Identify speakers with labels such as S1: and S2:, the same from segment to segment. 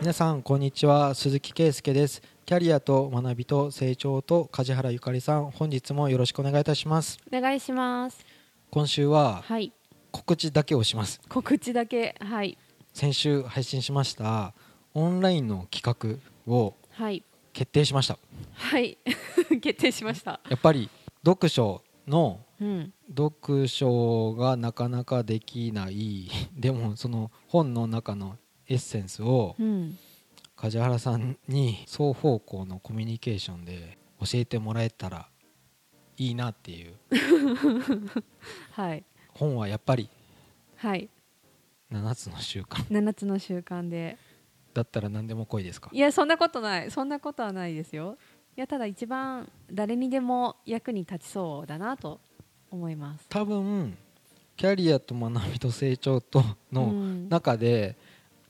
S1: 皆さんこんにちは鈴木圭介ですキャリアと学びと成長と梶原ゆかりさん本日もよろしくお願いいたします
S2: お願いします
S1: 今週は
S2: はい
S1: 告知だけをします
S2: 告知だけはい
S1: 先週配信しましたオンラインの企画を
S2: はい
S1: 決定しました
S2: はい 決定しました
S1: やっぱり読書の
S2: うん
S1: 読書がなかなかできないでもその本の中のエッセンスを
S2: うん
S1: 梶原さんに双方向のコミュニケーションで教えてもらえたらいいなっていう
S2: はい
S1: 本はやっぱり
S2: はい
S1: 7つの習慣
S2: 7つの習慣で
S1: だったら何でも来いですか
S2: いやそんなことないそんなことはないですよいやただ一番誰にでも役に立ちそうだなと思います
S1: 多分キャリアと学びと成長と
S2: う
S1: の
S2: ん
S1: 中で、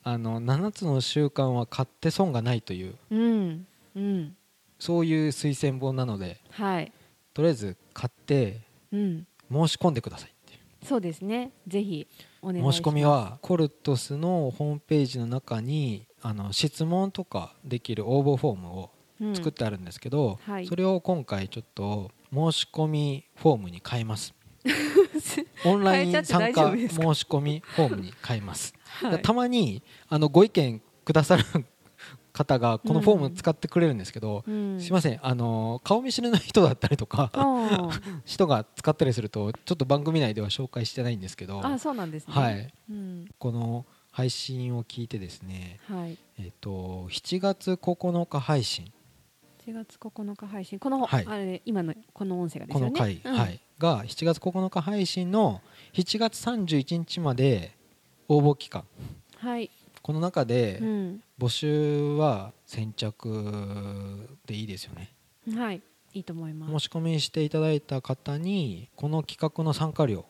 S1: あの7つの習慣は買って損がないという
S2: うんうん
S1: そういう推薦本なので
S2: はい
S1: とりあえず買って
S2: うん
S1: 申し込んでくださいっていう
S2: そうですねぜひお願いしま
S1: 申
S2: す
S1: し込みはコルトスのホームページの中にあの質問とかできる応募フォームを
S2: うん
S1: 作ってあるんですけど、
S2: はい
S1: それを今回ちょっと申し込みフォームに変えます オンライン参加申し込みフォームに変えます、
S2: はい
S1: たまにあのご意見くださる方がこのフォーム使ってくれるんですけど、
S2: うん
S1: すいませんあの顔見知りの人だったりとか
S2: あ
S1: 人が使ったりするとちょっと番組内では紹介してないんですけど
S2: あそうなんですね
S1: はい、
S2: うん
S1: この配信を聞いてですね、
S2: はい
S1: えっと7月9日配信
S2: 1月9日配信この、
S1: はい
S2: あれ今のこの音声がです
S1: こ
S2: よね
S1: の回、
S2: うん
S1: はい、が7月9日配信の7月31日まで応募期間
S2: はい
S1: この中で
S2: うん
S1: 募集は先着でいいですよね
S2: はいいいと思います
S1: 申し込みしていただいた方にこの企画の参加料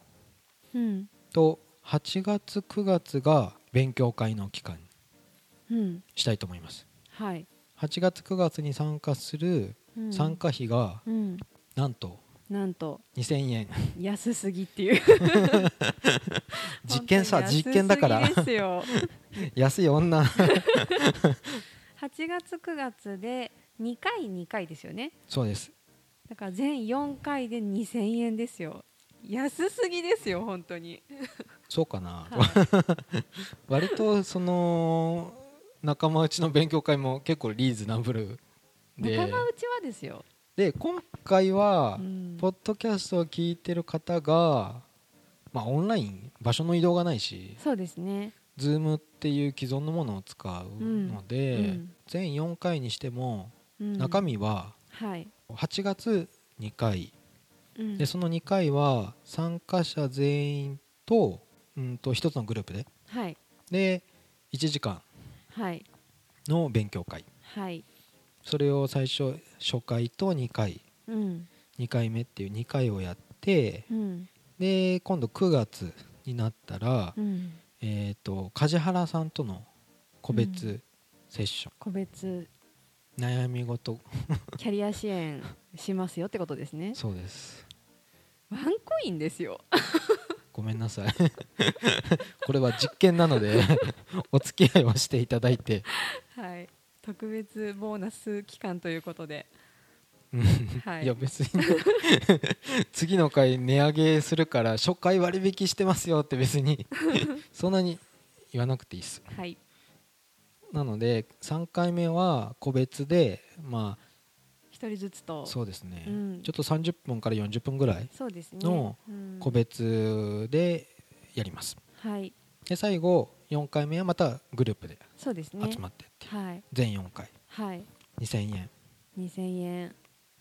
S2: うん
S1: と8月9月が勉強会の期間に
S2: うん
S1: したいと思います
S2: はい、
S1: 8月9月に参加する
S2: うん、
S1: 参加費が
S2: うん
S1: なんと
S2: なんと
S1: 2000円
S2: 安すぎっていう
S1: 実験さ
S2: 本当に
S1: 実験だ から
S2: 安 すぎですよ
S1: 安い女
S2: 8月9月で2回2回ですよね
S1: そうです
S2: だから全4回で2000円ですよ安すぎですよ本当に、
S1: そうかな、
S2: はい
S1: 割とその仲間内の勉強会も結構リーズナブル
S2: 仲
S1: で
S2: 間内はですよ、
S1: で今回は
S2: うん
S1: ポッドキャストを聞いてる方がまあオンライン場所の移動がないし
S2: そうですね
S1: Zoom っていう既存のものを使うので、
S2: うん
S1: 全4回にしても
S2: うん
S1: 中身は
S2: はい、
S1: 8月2回
S2: うん
S1: でその2回は参加者全員とうんと1つのグループで
S2: はい
S1: で1時間
S2: はい
S1: の勉強会
S2: はい
S1: それを最初初回と2回
S2: うん
S1: 2回目っていう2回をやって
S2: うん
S1: で今度9月になったら、
S2: うん
S1: えー、と梶原さんとの個
S2: う
S1: 別セッショ
S2: 個別
S1: ン、悩み事
S2: キャリア支援しますよってことですね
S1: そうです
S2: ワンコインですよ
S1: ごめんなさい これは実験なので お付き合いをしていただいて
S2: はい特別ボーナス期間ということ で
S1: うん
S2: はい
S1: いや別に 次の回値上げするから初回割引してますよって別に そんなに言わなくていいです
S2: はい
S1: なので3回目は個別でま
S2: 一人ずつ
S1: あ
S2: と
S1: そうですね、
S2: うん
S1: ちょっと30分から40分ぐらい
S2: そうですね
S1: の
S2: うん
S1: 個別でやります
S2: はい
S1: で最後4回目はまたグループで
S2: そうですね
S1: 集まってっていう、
S2: はい
S1: 全4回
S2: はい
S1: 2000円
S2: 2000円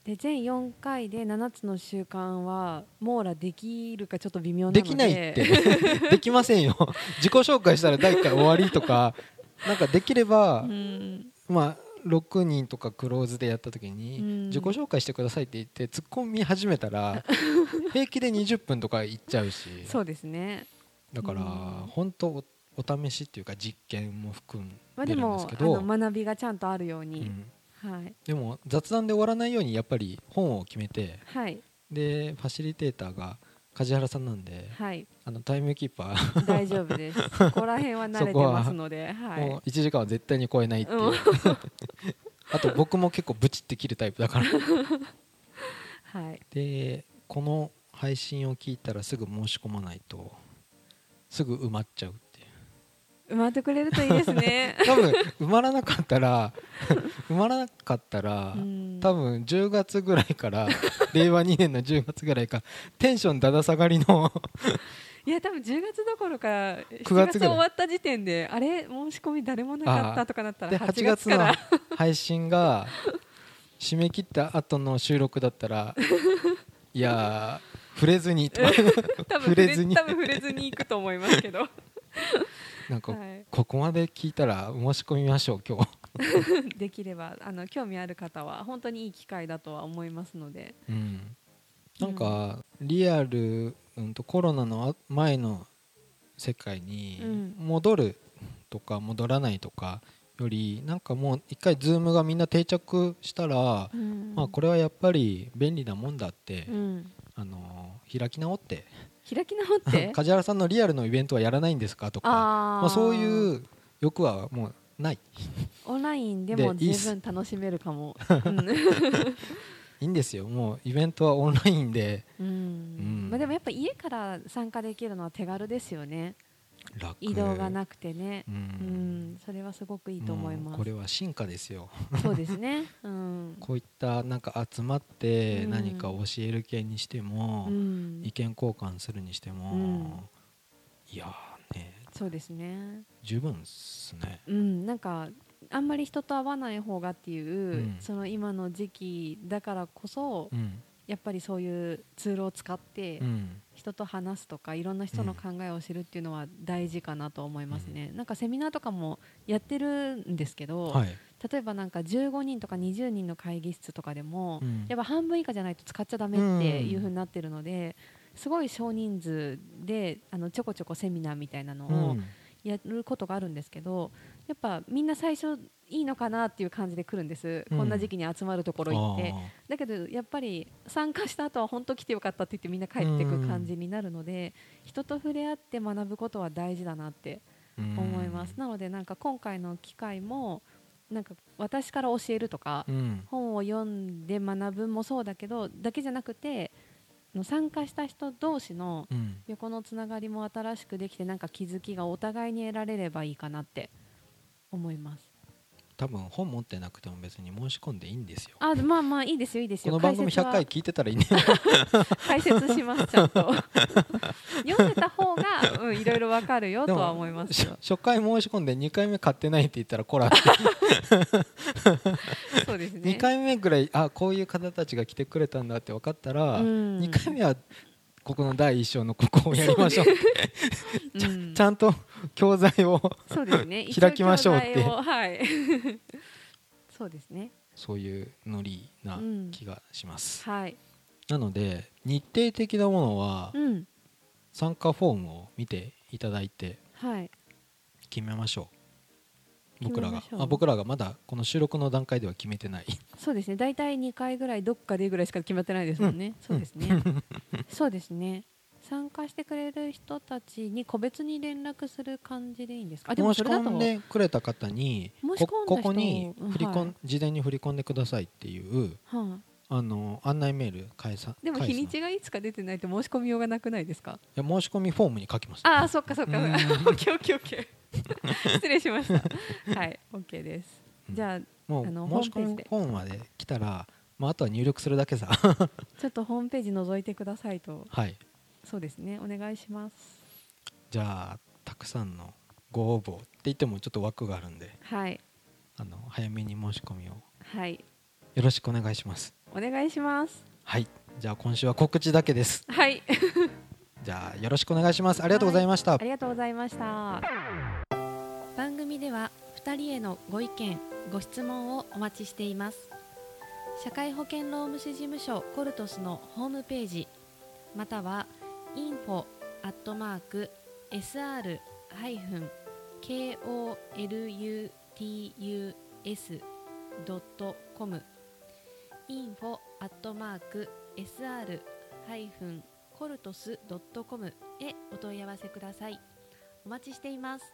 S2: で全4回で7つの習慣は網羅できるかちょっと微妙なので
S1: できないって できませんよ自己紹介したら第1回終わりとかなんかできれば、
S2: うん
S1: まあ6人とかクローズでやった時
S2: う
S1: に
S2: ん
S1: 自己紹介してくださいって言って突っ込み始めた ら平気で20分とかいっちゃうし
S2: そうですね
S1: だから
S2: うん
S1: 本当おお試しっていうか実験も含ん
S2: まあ
S1: で
S2: で
S1: るんです
S2: も
S1: け
S2: あ
S1: ど、
S2: の学びがちゃんとあるよう
S1: う
S2: に、
S1: ん
S2: はい
S1: でも雑談で終わらないようにやっぱり本を決めて
S2: はい
S1: でファシリテーターが梶原さんなんで
S2: はい、
S1: あのタイムキーパー
S2: 大丈夫です。 そこら辺は慣れてますので、は
S1: も
S2: い。
S1: う1時間は絶対に超えないっていう、
S2: うん
S1: あと僕も結構ブチって切るタイプだから
S2: はい。
S1: でこの配信を聞いたらすぐ申し込まないとすぐ埋まっちゃうっていう
S2: 埋まってくれるといいで
S1: 。
S2: すね
S1: 多分埋まらなかったら 埋まらなかったら、
S2: うん
S1: 多分10月ぐらいから令和2年の10月ぐらいからテンションだだ下がりの
S2: いや多分10月どころか7
S1: 9月
S2: 月
S1: ぐら
S2: 終
S1: い
S2: わった時点であれ申し込み誰もなかったとかなった
S1: で
S2: ら
S1: 8
S2: 8
S1: 月
S2: 月
S1: の
S2: から
S1: 配信が締め切った後の収録だった らいやー触れずにとか
S2: 多分
S1: 触
S2: 触
S1: れ
S2: れ
S1: ず
S2: ず
S1: に
S2: に多分触れずに行くと思いますけど、は
S1: なんか ここまで聞いたら申し込みましょう今日、
S2: い、できればあの興味ある方は本当にいい機会だとは思いますので、
S1: うん、なんかリアル、うん、とコロナのあ前の世界に
S2: うん
S1: 戻るとか戻らないとかよりなんかもう一回ズームがみんな定着したら、
S2: うん
S1: まあ、これはやっぱり便利なもんだって、
S2: うん、
S1: あのー開き直って
S2: 開き直って
S1: 梶原さんのリアルのイベントはやらないんですかとか
S2: あ
S1: まあ、そう
S2: う
S1: いう欲はもうない
S2: オンラインでも
S1: でいいっ
S2: 十
S1: す
S2: 分楽しめるか も。うん
S1: いいんですよもうイベントはオンラインで
S2: うん
S1: ん
S2: まあ、でもやっぱ家から参加できるのは手軽ですよね
S1: 楽
S2: 移動がなくてね
S1: う、
S2: うんん、それはすごくいいと思いま
S1: もう
S2: す
S1: これは進化ですよ
S2: そうで すね、うん
S1: こういったなんか集まって
S2: うん
S1: 何か教える系にしても、
S2: うん
S1: 意見交換するにしても、
S2: うん
S1: いやーね
S2: そうですね、
S1: 十分っすね
S2: うん、なんかあんまり人と会わない方がっていう、
S1: うん
S2: その今の時期だからこそ、
S1: うん、
S2: やっぱりそういうツールを使って
S1: うん、
S2: 人と話すとかいろんな人の考えを知るっていうのは大事かなと思いますね、なんかセミナーとかもやってるんですけど、
S1: はい
S2: 例えばなんか15人とか20人の会議室とかでも、
S1: うん
S2: やっぱ半分以下じゃないと使っちゃダメっていう風になってるので、すごい少人数であのちょこちょこセミナーみたいなのを
S1: うん
S2: やることがあるんですけど、やっぱみんな最初いいのかなっていう感じで来るんです、
S1: うん
S2: こんな時期に集まるところ行って
S1: あ
S2: だけどやっぱり参加した後は本当来てよかったって言ってみんな帰ってく感じになるので、人と触れ合って学ぶことは大事だなって
S1: ーうん
S2: 思います、なのでなんか今回の機会もなんか私から教えるとか、
S1: うん
S2: 本を読んで学ぶもそうだけどだけじゃなくてあの参加した人同士の
S1: うん
S2: 横のつながりも新しくできてなんか気づきがお互いに得られればいいかなって思います
S1: 多分本持ってなくても別に申し込んでいいんですよ
S2: あまあまあいいですよいいです
S1: こ
S2: よ
S1: の番組
S2: 解説
S1: 100
S2: は
S1: 回聞いてたらいいね
S2: 解説しますちゃ んと読んでた方が、うん、いろいろわかるよとは思います
S1: し
S2: よ
S1: 初回申し込んで2回目買ってないって言ったらこら
S2: そうですね
S1: 2回目ぐらいあこういう方たちが来てくれたんだって分かったら、
S2: うん
S1: 2回目はここの第一章のここをやりましょう
S2: うん
S1: ちゃんと教材を。
S2: そうですね
S1: 開きましょうって
S2: 一応 教材をはい。そうですね。
S1: そういうノリな
S2: うん
S1: 気がします、
S2: はい。
S1: なので日程的なものは
S2: うん。
S1: 参加フォームを見ていただいて
S2: はい。
S1: 決めましょう僕らが
S2: 決めましょう
S1: あ僕らがまだこの収録の段階では決めてない
S2: そうですね。大体二回ぐらいどっかでぐらいしか決まってないですもんね。そうですね。そうですね。参加してくれる人たちに個別に連絡する感じでいいんですか。あで
S1: 申
S2: も
S1: し
S2: それだ
S1: 込ん
S2: と。
S1: でくれた方に
S2: 申し込んだ人
S1: こここに振り込ん、
S2: はい
S1: 事前に振り込んでくださいっていう
S2: は
S1: あの案内メール返さ
S2: い。でも
S1: 返す
S2: 日
S1: の
S2: にちがいつか出てないと申し込みようがなくないですか。
S1: いや申し込みフォームに書きました
S2: ああ、そっかそっか。
S1: う
S2: オ
S1: ん
S2: ッケーオッケーオ ッケー。失礼しました。はい、オッケーです。じゃあ
S1: も
S2: あの
S1: う申し込み
S2: ホームページで
S1: フォームまで来たら、まあ、あとは入力するだけさ
S2: ちょっとホームページ覗いてくださいと。
S1: はい
S2: そうですね。お願いします。
S1: じゃあたくさんのご応募って言ってもちょっと枠があるんで
S2: はい。
S1: あの早めに申し込みを
S2: はい。
S1: よろしくお願いします
S2: お願いします。
S1: はいじゃあ今週は告知だけです
S2: はい。
S1: じゃあよろしくお願いしますありがとうございました、
S2: ありがとうございました。番組では2人へのご意見、ご質問をお待ちしています。社会保険労務士事務所コルトスのホームページまたは info sr k o l u t u s com info sr コルトス .com へお問い合わせくださいお待ちしています